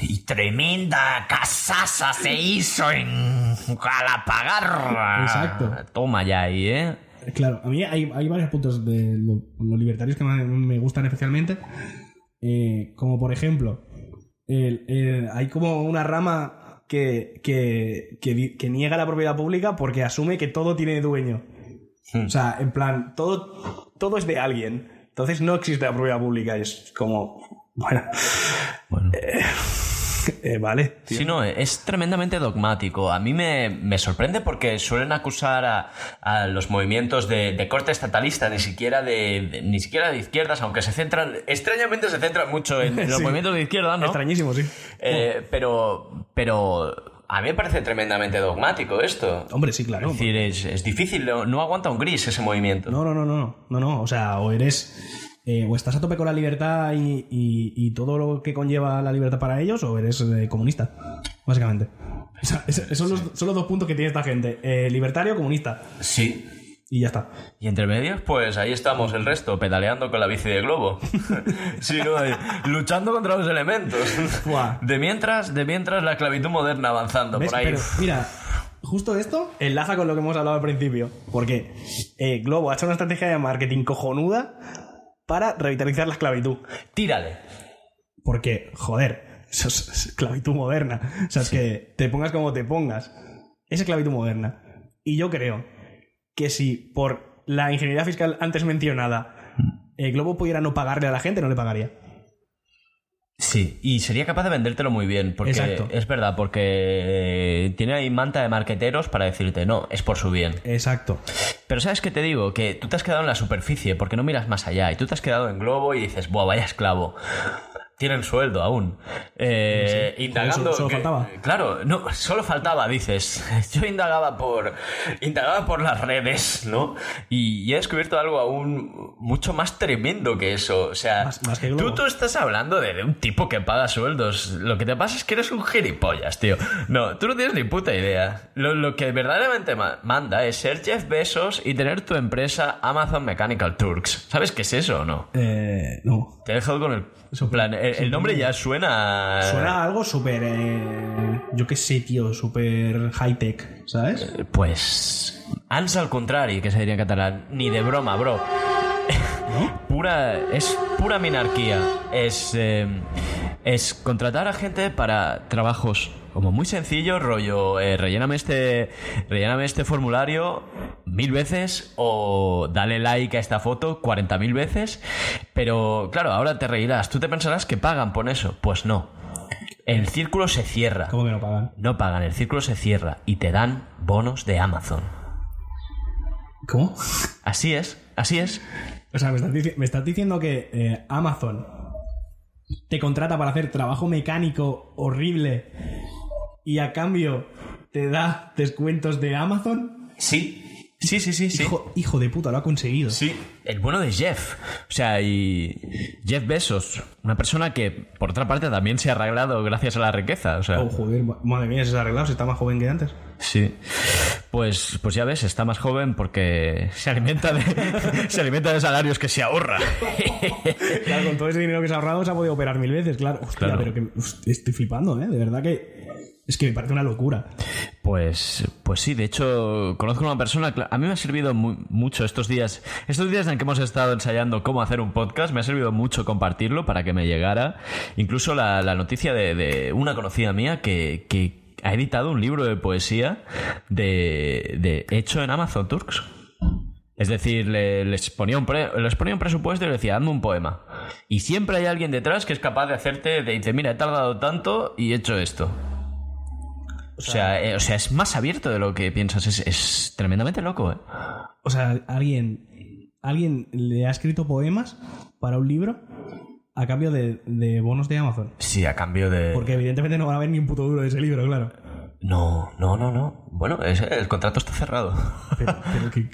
Speaker 2: Y tremenda casaza se hizo en Galapagar.
Speaker 1: Exacto.
Speaker 2: Toma ya ahí, ¿eh?
Speaker 1: Claro, a mí hay, hay varios puntos de lo- los libertarios que me, me gustan especialmente. Eh, como por ejemplo, el- el- hay como una rama que, que, que di- que niega la propiedad pública porque asume que todo tiene dueño. O sea, en plan, todo, todo es de alguien. Entonces no existe la propiedad pública. y Es como, [laughs] bueno,
Speaker 2: Bueno.
Speaker 1: eh, vale. tío.
Speaker 2: Sí, no, es tremendamente dogmático. A mí me, me sorprende porque suelen acusar a, a los movimientos de, de corte estatalista, ni siquiera de, de- ni siquiera de izquierdas, aunque se centran, extrañamente se centran mucho
Speaker 1: [laughs]
Speaker 2: en los
Speaker 1: Sí.
Speaker 2: movimientos de izquierda, Ah, ¿no?
Speaker 1: Extrañísimo, sí.
Speaker 2: Eh, pero, pero a mí me parece tremendamente dogmático esto.
Speaker 1: Hombre, sí, claro.
Speaker 2: Es decir, es, es difícil, no, no aguanta un gris ese movimiento.
Speaker 1: No, no, no, no, no, no, no. O sea, o eres. eh, o estás a tope con la libertad y, y- y todo lo que conlleva la libertad para ellos, o eres eh, comunista, básicamente. O sea, es- son, los, son los dos puntos que tiene esta gente: eh, libertario, comunista.
Speaker 2: Sí.
Speaker 1: Y ya está.
Speaker 2: Y entre medios, pues ahí estamos el resto, pedaleando con la bici de [laughs] globo. sí, no, eh, luchando contra los elementos.
Speaker 1: Buah.
Speaker 2: De mientras, de mientras la esclavitud moderna avanzando
Speaker 1: ¿Ves?
Speaker 2: por ahí.
Speaker 1: Pero mira, justo esto enlaza con lo que hemos hablado al principio. Porque eh, Globo ha hecho una estrategia de marketing cojonuda para revitalizar la esclavitud.
Speaker 2: Tírale.
Speaker 1: Porque, joder, eso es es esclavitud moderna. O sea, es que te pongas como te pongas. Es esclavitud moderna. Y yo creo que si por la ingeniería fiscal antes mencionada el globo pudiera no pagarle a la gente, no le pagaría.
Speaker 2: Sí, y sería capaz de vendértelo muy bien, porque
Speaker 1: Exacto.
Speaker 2: es verdad, porque tiene ahí manta de marqueteros para decirte, no, es por su bien.
Speaker 1: Exacto.
Speaker 2: Pero ¿sabes qué te digo? Que tú te has quedado en la superficie porque no miras más allá y tú te has quedado en globo y dices, buah, vaya esclavo. Tienen sueldo aún. Eh, indagando.
Speaker 1: solo- solo faltaba.
Speaker 2: Claro, no, solo faltaba, dices. [laughs] Yo indagaba por. Indagaba por las redes, ¿no? Y, y he descubierto algo aún mucho más tremendo que eso. O sea,
Speaker 1: Más- más que globo.
Speaker 2: tú, tú estás hablando de, de un tipo que paga sueldos. Lo que te pasa es que eres un gilipollas, tío. No, tú no tienes ni puta idea. Lo, lo que verdaderamente ma- manda es ser Jeff Bezos y tener tu empresa Amazon Mechanical Turks. ¿Sabes qué es eso o no?
Speaker 1: Eh, no.
Speaker 2: Te he dejado con el... en plan, el, el nombre ya suena...
Speaker 1: Suena a algo súper. eh, yo qué sé, tío, súper high-tech, ¿sabes?
Speaker 2: Pues... Ans al contrario, que se diría en catalán. Ni de broma, bro. [laughs] pura es pura em, minarquía es eh, es contratar a gente para trabajos como muy sencillo, rollo, eh, relléname, este, relléname este formulario mil veces o dale like a esta foto 40.000 veces. Pero claro, ahora te reirás. Tú te pensarás que pagan por eso. Pues no. El círculo se cierra.
Speaker 1: ¿Cómo que no pagan?
Speaker 2: No pagan, el círculo se cierra y te dan bonos de Amazon.
Speaker 1: ¿Cómo?
Speaker 2: Así es, así es.
Speaker 1: O sea, me estás, dici- me estás diciendo que eh, Amazon te contrata para hacer trabajo mecánico horrible y a cambio te da descuentos de Amazon.
Speaker 2: Sí, sí, sí, sí. sí.
Speaker 1: Hijo, hijo de puta, lo ha conseguido.
Speaker 2: Sí. El bueno de Jeff. O sea, y Jeff Bezos, una persona que, por otra parte, también se ha arreglado gracias a la riqueza. O sea,
Speaker 1: Oh, joder, ma- madre mía, se ha arreglado, si está más joven que antes.
Speaker 2: sí. Pues, pues ya ves, está más joven porque se alimenta de, [laughs] se alimenta de salarios que se [laughs] ahorra.
Speaker 1: Claro, con todo ese dinero que se ha ahorrado se ha podido operar mil veces, claro. Hostia,
Speaker 2: Claro.
Speaker 1: pero que hostia, estoy flipando, ¿eh? De verdad que es que me parece una locura.
Speaker 2: Pues, pues sí, de hecho, conozco a una persona. cla- A mí me ha servido mu- mucho estos días. Estos días en que hemos estado ensayando cómo hacer un podcast, me ha servido mucho compartirlo para que me llegara. Incluso la, la noticia de, de una conocida mía que, que ha editado un libro de poesía de, de hecho en Amazon Turks. Es decir, le- les, ponía un pre- les ponía un presupuesto y le decía, hazme un poema. Y siempre hay alguien detrás que es capaz de hacerte, te dice, mira, he tardado tanto y he hecho esto. O sea, eh, o sea, es más abierto de lo que piensas. Es, es tremendamente loco, ¿eh?
Speaker 1: O sea, alguien, alguien le ha escrito poemas para un libro a cambio de, de bonos de Amazon.
Speaker 2: Sí, a cambio de...
Speaker 1: Porque evidentemente no van a ver ni un puto duro de ese libro, claro.
Speaker 2: No, no, no, no. Bueno, es- el contrato está cerrado.
Speaker 1: Pero, pero que...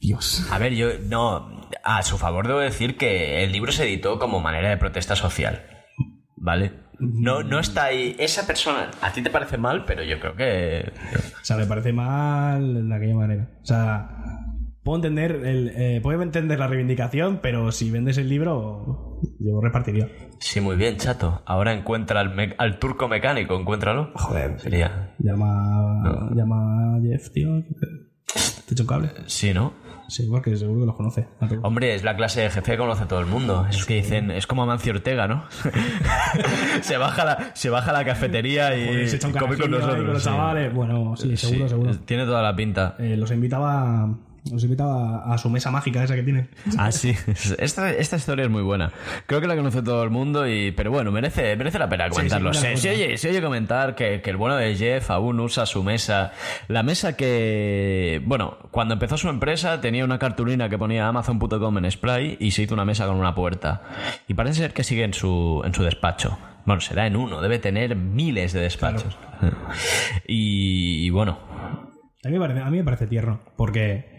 Speaker 1: Dios.
Speaker 2: A ver, yo... No, a su favor debo decir que el libro se editó como manera de protesta social. ¿Vale? No, no está ahí... Esa persona, a ti te parece mal, pero yo creo que...
Speaker 1: O sea, me parece mal de aquella manera. O sea, puedo entender, el, eh, puedo entender la reivindicación, pero si vendes el libro, yo repartiría.
Speaker 2: Sí, muy bien, chato. Ahora encuentra al, me- al turco mecánico, encuéntralo. Joder. Sería...
Speaker 1: Llama, llama a Jeff, tío. que Te te echo un cable.
Speaker 2: Sí, ¿no?
Speaker 1: Sí, porque seguro que los conoce. a todos.
Speaker 2: Hombre, es la clase de jefe que conoce a todo el mundo. Esos que dicen, es como Amancio Ortega, ¿no? [laughs] se, baja la, se baja a la cafetería y,
Speaker 1: Joder, se echa un
Speaker 2: y come con
Speaker 1: carajillo ahí
Speaker 2: nosotros.
Speaker 1: los
Speaker 2: sí.
Speaker 1: chavales. Bueno, sí, seguro,
Speaker 2: Sí,
Speaker 1: seguro.
Speaker 2: Tiene toda la pinta.
Speaker 1: Eh, los invitaba los invitaba a su mesa mágica esa que tiene. [laughs]
Speaker 2: Ah, sí. Esta, esta historia es muy buena. Creo que la conoce todo el mundo, y, pero bueno, merece, merece la pena comentarlo.
Speaker 1: sí,
Speaker 2: se,
Speaker 1: merece
Speaker 2: se
Speaker 1: la
Speaker 2: oye, se oye comentar que, que el bueno de Jeff aún usa su mesa. La mesa que, bueno, cuando empezó su empresa tenía una cartulina que ponía Amazon.com en spray y se hizo una mesa con una puerta. Y parece ser que sigue en su, en su despacho. Bueno, será en uno, debe tener miles de despachos. [laughs] Y, y bueno,
Speaker 1: A mí, me parece, a mí me parece tierno, porque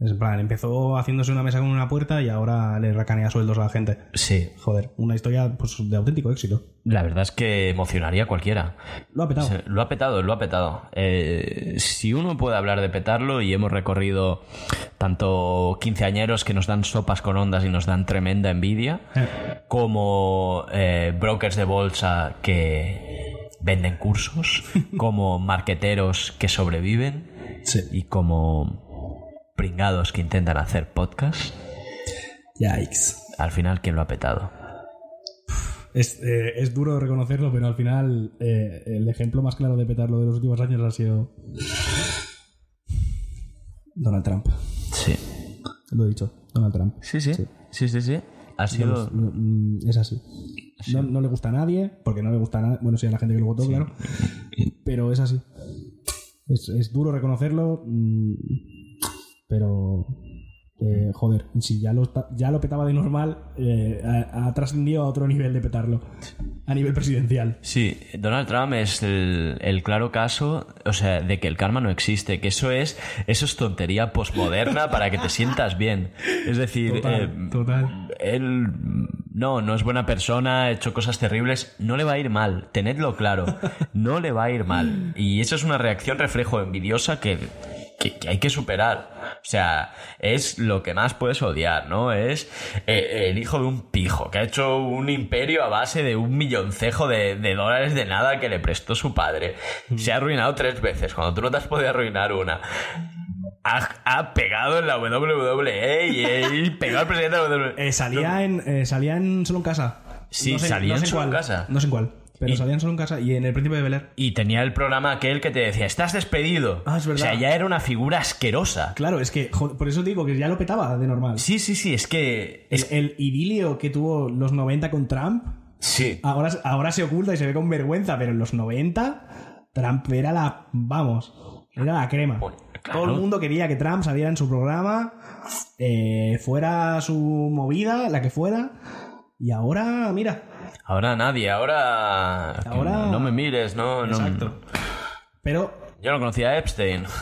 Speaker 1: es en plan, empezó haciéndose una mesa con una puerta y ahora le racanea sueldos a la gente.
Speaker 2: sí,
Speaker 1: Joder, una historia pues, de auténtico éxito.
Speaker 2: la verdad es que emocionaría a cualquiera.
Speaker 1: Lo ha petado.
Speaker 2: Se- Lo ha petado, lo ha petado. Eh, si uno puede hablar de petarlo, y hemos recorrido tanto quinceañeros que nos dan sopas con ondas y nos dan tremenda envidia,
Speaker 1: Eh,
Speaker 2: como eh, brokers de bolsa que venden [laughs] cursos, como marqueteros que sobreviven
Speaker 1: Sí.
Speaker 2: y como pringados que intentan hacer podcast.
Speaker 1: Yikes.
Speaker 2: Al final, ¿quién lo ha petado?
Speaker 1: Es, eh, es duro reconocerlo, pero al final eh, el ejemplo más claro de petarlo de los últimos años ha sido Donald Trump.
Speaker 2: Sí.
Speaker 1: Lo he dicho, Donald Trump.
Speaker 2: Sí, sí. Sí, sí, sí. Ha sido...
Speaker 1: Mm, Es así. No, no le gusta a nadie, porque no le gusta a nadie. Bueno, sí, a la gente que lo votó, claro. Pero es así. Es, es duro reconocerlo, mm, pero. eh, joder, si ya lo, esta- ya lo petaba de normal, eh, ha, ha trascendido a otro nivel de petarlo. A nivel presidencial.
Speaker 2: Sí, Donald Trump es el, el claro caso, o sea, de que el karma no existe, que eso es, eso es tontería posmoderna para que te sientas bien. Es decir, eh,
Speaker 1: total.
Speaker 2: él no, no es buena persona, ha hecho cosas terribles, no le va a ir mal, tenedlo claro, no le va a ir mal. Y eso es una reacción reflejo envidiosa que, que- que hay que superar. O sea, es lo que más puedes odiar, ¿no? Es eh, el hijo de un pijo que ha hecho un imperio a base de un milloncejo de, de dólares de nada que le prestó su padre. Se ha arruinado tres veces, cuando tú no te has podido arruinar una ha, ha pegado en la WWE y, y pegó al presidente de la E. WWE.
Speaker 1: salía, en, eh, salía en solo en casa.
Speaker 2: Sí,
Speaker 1: No sé-
Speaker 2: salía
Speaker 1: no sé
Speaker 2: en Solo en
Speaker 1: cuál,
Speaker 2: Casa.
Speaker 1: No sé en cuál. Pero salían solo en casa y en el Príncipe de Bel Air.
Speaker 2: Y tenía el programa aquel que te decía, estás despedido.
Speaker 1: Ah, es verdad.
Speaker 2: O sea, ya era una figura asquerosa.
Speaker 1: Claro, es que jo- por eso digo que ya lo petaba de normal.
Speaker 2: Sí, sí, sí, es que...
Speaker 1: El, el idilio que tuvo los 90 con Trump,
Speaker 2: Sí.
Speaker 1: ahora, ahora se oculta y se ve con vergüenza, pero en los 90 Trump era la, vamos, era la crema.
Speaker 2: Pues, claro.
Speaker 1: Todo el mundo quería que Trump saliera en su programa, eh, fuera su movida, la que fuera, y ahora, mira,
Speaker 2: Ahora nadie, ahora... que
Speaker 1: Ahora-
Speaker 2: No, no me mires, no... no-
Speaker 1: exacto. Pero
Speaker 2: Yo no conocía a Epstein. [laughs]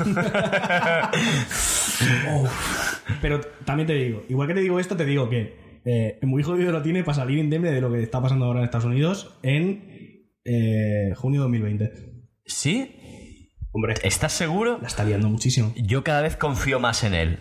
Speaker 1: Pero también te digo, igual que te digo esto, te digo que eh, muy jodido lo tiene para salir indemne de lo que está pasando ahora en Estados Unidos en eh, junio de 2020.
Speaker 2: ¿Sí?
Speaker 1: Hombre,
Speaker 2: ¿Estás seguro?
Speaker 1: la está liando muchísimo.
Speaker 2: yo cada vez confío más en él.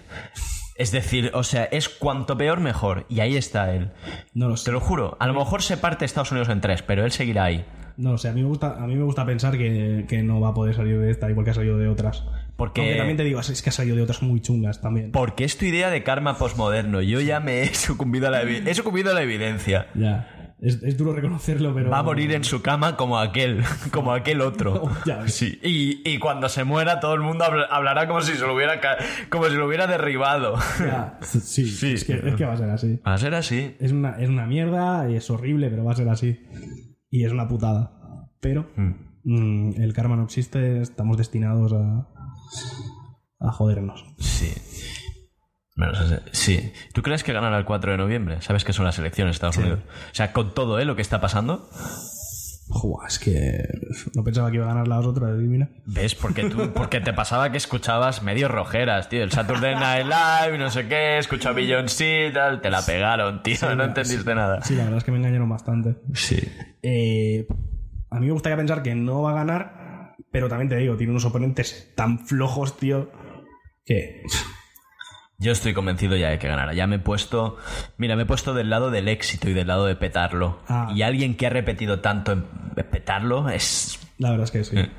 Speaker 2: Es decir, o sea, es cuanto peor mejor. Y ahí está él.
Speaker 1: No lo
Speaker 2: Te
Speaker 1: sé.
Speaker 2: lo juro, a lo mejor se parte Estados Unidos en tres, pero él seguirá ahí.
Speaker 1: No lo sé. A mí me gusta, a mí me gusta pensar que, que no va a poder salir de esta igual que ha salido de otras.
Speaker 2: Porque-
Speaker 1: Aunque también te digo, es que ha salido de otras muy chungas también.
Speaker 2: Porque es tu idea de karma posmoderno. Yo ya me he sucumbido a la, evi- he sucumbido a la evidencia.
Speaker 1: Ya. Es, es duro reconocerlo, pero.
Speaker 2: Va a morir en su cama como aquel, [laughs] como aquel otro.
Speaker 1: [laughs] Ya ves.
Speaker 2: Sí. Y, y cuando se muera, todo el mundo habl- hablará como si se lo hubiera, ca- como si lo hubiera derribado. [laughs]
Speaker 1: Ya. Sí,
Speaker 2: Sí.
Speaker 1: Es, que, es que va a ser así.
Speaker 2: Va a ser así.
Speaker 1: Es una, es una mierda, es horrible, pero va a ser así. Y es una putada. Pero mm, el karma no existe, estamos destinados a, a jodernos.
Speaker 2: Sí. Menos ese- Sí. ¿Tú crees que ganará el 4 de noviembre? Sabes que son las elecciones de Estados Unidos. O sea, con todo ¿eh? lo que está pasando,
Speaker 1: Jua, es que no pensaba que iba a ganar las otras, y mira.
Speaker 2: ¿ves? Porque,
Speaker 1: [laughs]
Speaker 2: tú, porque te pasaba que escuchabas medios rojeras, tío. El Saturday Night Live, no sé qué, escuchaba Beyoncé y tal. Te la pegaron, tío. no entendiste nada.
Speaker 1: Sí, la verdad es que me engañaron bastante.
Speaker 2: Sí.
Speaker 1: Eh, a mí me gustaría pensar que no va a ganar, pero también te digo, tiene unos oponentes tan flojos, tío, que... [laughs]
Speaker 2: Yo estoy convencido ya de que ganará. Ya me he puesto. Mira, me he puesto del lado del éxito y del lado de petarlo.
Speaker 1: Ah.
Speaker 2: Y alguien que ha repetido tanto en petarlo es.
Speaker 1: La verdad es que sí.
Speaker 2: Eh.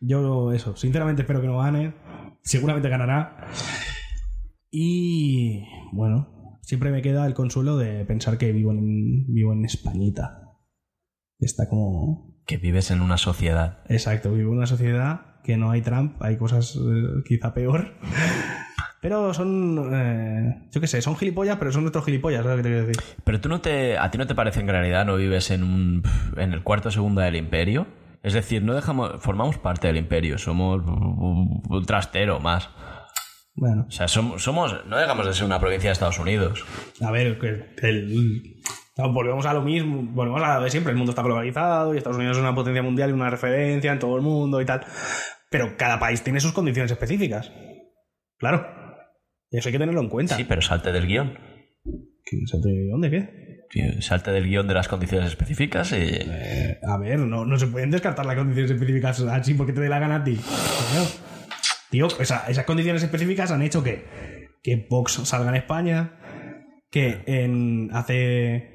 Speaker 1: Yo eso, sinceramente espero que no gane. Seguramente ganará. Y bueno, siempre me queda el consuelo de pensar que vivo en, vivo en Españita. Está como...
Speaker 2: que vives en una sociedad.
Speaker 1: Exacto, vivo en una sociedad que no hay Trump, hay cosas eh, quizá peor. Pero son... eh, yo qué sé, son gilipollas, pero son nuestros gilipollas, ¿sabes lo que te quiero decir?
Speaker 2: Pero tú no te, a ti no te parece en realidad no vives en un, en el cuarto segundo del imperio. Es decir, no dejamos, formamos parte del imperio, somos un trastero más.
Speaker 1: Bueno,
Speaker 2: O sea, som- somos, no dejamos de ser una provincia de Estados Unidos.
Speaker 1: A ver, que el- no, volvemos a lo mismo, volvemos a lo de siempre. El mundo está globalizado y Estados Unidos es una potencia mundial y una referencia en todo el mundo y tal. Pero cada país tiene sus condiciones específicas. Claro. Y eso hay que tenerlo en cuenta.
Speaker 2: Sí, pero salte del guión.
Speaker 1: ¿Qué- se te- ¿Dónde qué?
Speaker 2: Tío, Salte del guión de las condiciones específicas y...
Speaker 1: Eh, a ver, no, no se pueden descartar las condiciones específicas así porque te dé la gana a ti. Coño. Tío, esa- esas condiciones específicas han hecho que, que Vox salga en España, que en hace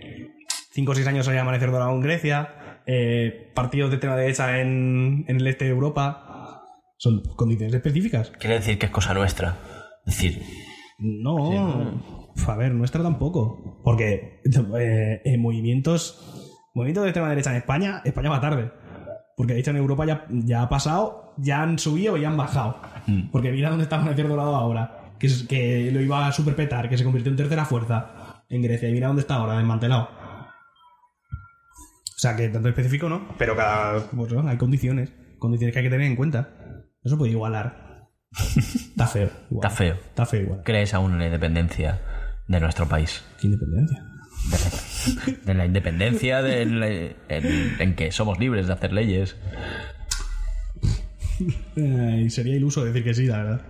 Speaker 1: 5 o 6 años haya Amanecer Dorado en Grecia, eh, partidos de extrema derecha en, en el este de Europa. Son condiciones específicas.
Speaker 2: Quiere decir que es cosa nuestra. Es decir,
Speaker 1: No, a ver, nuestra tampoco. Porque eh, en movimientos, movimientos de extrema derecha en España, España va tarde. Porque de hecho en Europa ya, ya ha pasado, ya han subido y ya han bajado. Porque mira dónde está Amanecer Dorado ahora, que, es- que lo iba a superpetar, que se convirtió en tercera fuerza en Grecia. Y mira dónde está ahora, desmantelado. O sea que tanto específico no, pero cada. pues, no, hay condiciones, condiciones que hay que tener en cuenta. No se puede [laughs] igualar. está feo. igual.
Speaker 2: está feo.
Speaker 1: Está feo igual.
Speaker 2: ¿Crees aún en la independencia de nuestro país?
Speaker 1: ¿Qué independencia?
Speaker 2: De la independencia de la- en- en que somos libres de hacer leyes.
Speaker 1: Eh, sería iluso decir que sí, la verdad.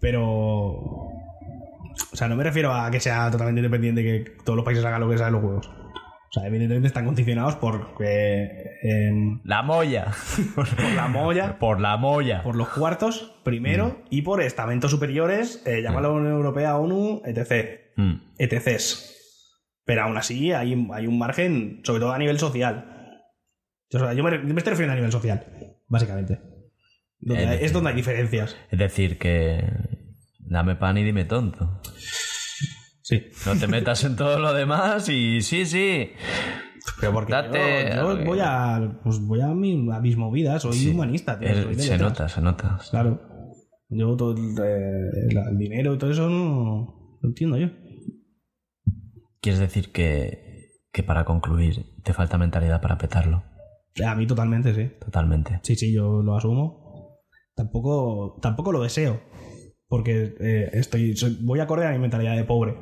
Speaker 1: Pero. O sea, no me refiero a que sea totalmente independiente, que todos los países hagan lo que sean los juegos. O sea, evidentemente están condicionados por, eh, em,
Speaker 2: La molla.
Speaker 1: por la molla,
Speaker 2: Por la molla.
Speaker 1: por los cuartos, primero, y por estamentos superiores, eh, llámalo Unión Europea, ONU, etc.
Speaker 2: Mm.
Speaker 1: ETCs. E Pero aún así hay, hay un margen, sobre todo a nivel social. O sea, yo me, me estoy refiriendo a nivel social, básicamente. Donde
Speaker 2: Eh,
Speaker 1: hay- es donde hay diferencias.
Speaker 2: Es decir, que dame pan y dime tonto.
Speaker 1: Sí.
Speaker 2: No te metas en todo lo demás y sí, sí.
Speaker 1: Pero porque
Speaker 2: Date
Speaker 1: yo, yo
Speaker 2: algo.
Speaker 1: voy a pues voy a, mi- a mis movidas, soy humanista, tío.
Speaker 2: El-
Speaker 1: soy de
Speaker 2: Eh, se
Speaker 1: letras.
Speaker 2: nota, se nota.
Speaker 1: Claro. Yo todo el, eh, la- el dinero y todo eso no lo entiendo yo.
Speaker 2: ¿Quieres decir que, que para concluir te falta mentalidad para petarlo?
Speaker 1: A mí totalmente, sí.
Speaker 2: Totalmente.
Speaker 1: Sí, sí, yo lo asumo. Tampoco, tampoco lo deseo. Porque eh, estoy, soy- voy acorde a mi mentalidad de pobre.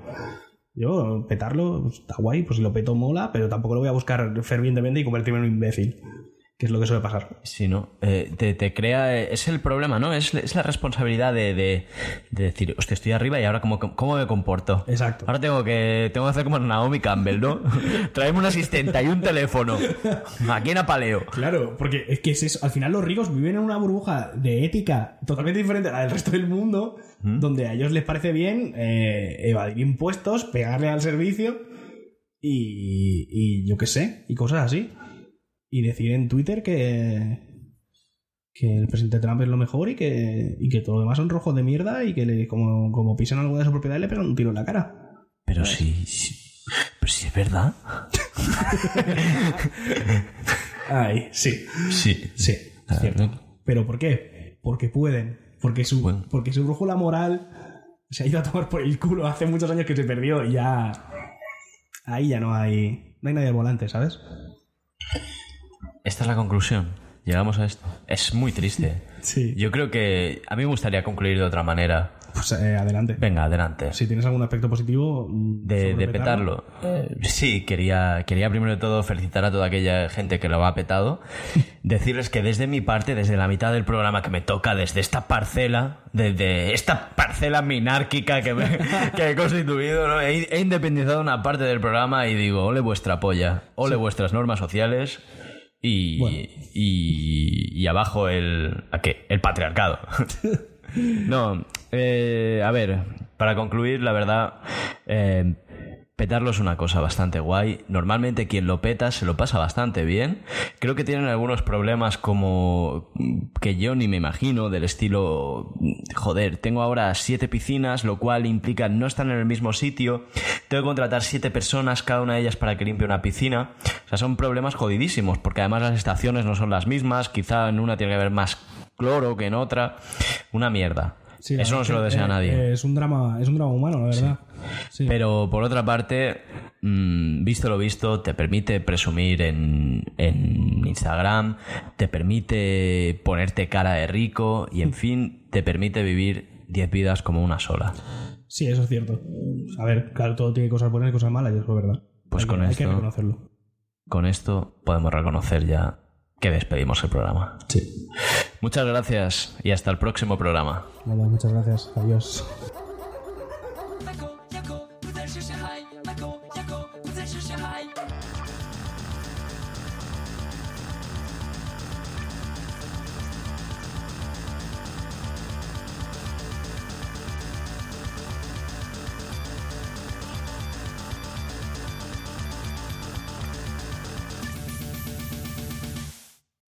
Speaker 1: Yo, petarlo, pues, está guay, pues si lo peto mola, pero tampoco lo voy a buscar fervientemente y convertirme en un imbécil. Que es lo que suele pasar.
Speaker 2: Sí, ¿no? Eh, te, te crea... eh, es el problema, ¿no? Es, es la responsabilidad de, de, de decir, hostia, estoy arriba y ahora cómo, cómo me comporto.
Speaker 1: Exacto.
Speaker 2: Ahora tengo que, tengo que hacer como Naomi Campbell, ¿no? [laughs] Traerme un asistente y un teléfono. Aquí en Apaleo.
Speaker 1: Claro, porque es que es eso. Al final los ricos viven en una burbuja de ética totalmente diferente a la del resto del mundo, donde a ellos les parece bien eh, evadir impuestos, pegarle al servicio y, y yo qué sé, y cosas así. Y decir en Twitter que que el presidente Trump es lo mejor y que, y que todo lo demás son rojos de mierda y que le, como, como pisan algo de su propiedad le pegan un tiro en la cara.
Speaker 2: Pero sí, sí- pero sí es verdad.
Speaker 1: Ay, sí.
Speaker 2: Sí.
Speaker 1: Sí, es cierto. ¿Pero por qué? Porque pueden. Porque su, porque su brújula moral se ha ido a tomar por el culo hace muchos años que se perdió y ya. Ahí ya no hay. No hay nadie al volante, ¿sabes?
Speaker 2: Esta es la conclusión. Llegamos a esto. Es muy triste.
Speaker 1: Sí.
Speaker 2: Yo creo que a mí me gustaría concluir de otra manera.
Speaker 1: Pues eh, adelante.
Speaker 2: Venga, adelante.
Speaker 1: Si tienes algún aspecto positivo. mm,
Speaker 2: De,
Speaker 1: sobre
Speaker 2: de petarlo. Eh, sí, quería, quería primero de todo felicitar a toda aquella gente que lo ha petado. Decirles que desde mi parte, desde la mitad del programa que me toca, desde esta parcela, desde esta parcela minárquica que, me- que he constituido, ¿no? he, he independizado una parte del programa y digo, ole vuestra polla, ole vuestras normas sociales. Y, y, y abajo el. ¿A qué? El patriarcado. No, eh, a ver, para concluir, la verdad, eh, petarlo es una cosa bastante guay. Normalmente quien lo peta se lo pasa bastante bien. Creo que tienen algunos problemas como mm, que yo ni me imagino, del estilo, mm, joder, tengo ahora siete piscinas, lo cual implica no estar en el mismo sitio, tengo que contratar siete personas, cada una de ellas para que limpie una piscina. O sea, son problemas jodidísimos, porque además las estaciones no son las mismas, quizá en una tiene que haber más cloro que en otra. Una mierda.
Speaker 3: Sí, la
Speaker 2: Eso no
Speaker 3: verdad
Speaker 2: se lo
Speaker 3: es que,
Speaker 2: desea a
Speaker 3: eh,
Speaker 2: nadie.
Speaker 3: eh, es, un drama, es un drama humano, la verdad. Sí.
Speaker 2: Pero por otra parte, mm, visto lo visto, te permite presumir en, en Instagram, te permite ponerte cara de rico
Speaker 3: Mm.
Speaker 2: y en fin, te permite vivir 10 vidas como una sola.
Speaker 3: Sí, eso es cierto. A ver, claro, todo tiene cosas buenas y cosas malas, y eso es verdad.
Speaker 2: Pues
Speaker 3: hay
Speaker 2: con
Speaker 3: que, Hay que
Speaker 2: esto-
Speaker 3: reconocerlo.
Speaker 2: Con esto podemos reconocer ya que despedimos el programa.
Speaker 3: Sí.
Speaker 2: Muchas gracias y hasta el próximo programa.
Speaker 3: Nada, muchas gracias. Adiós.
Speaker 4: 迈克亚克，不再是小孩。迈克亚克，不再是小孩。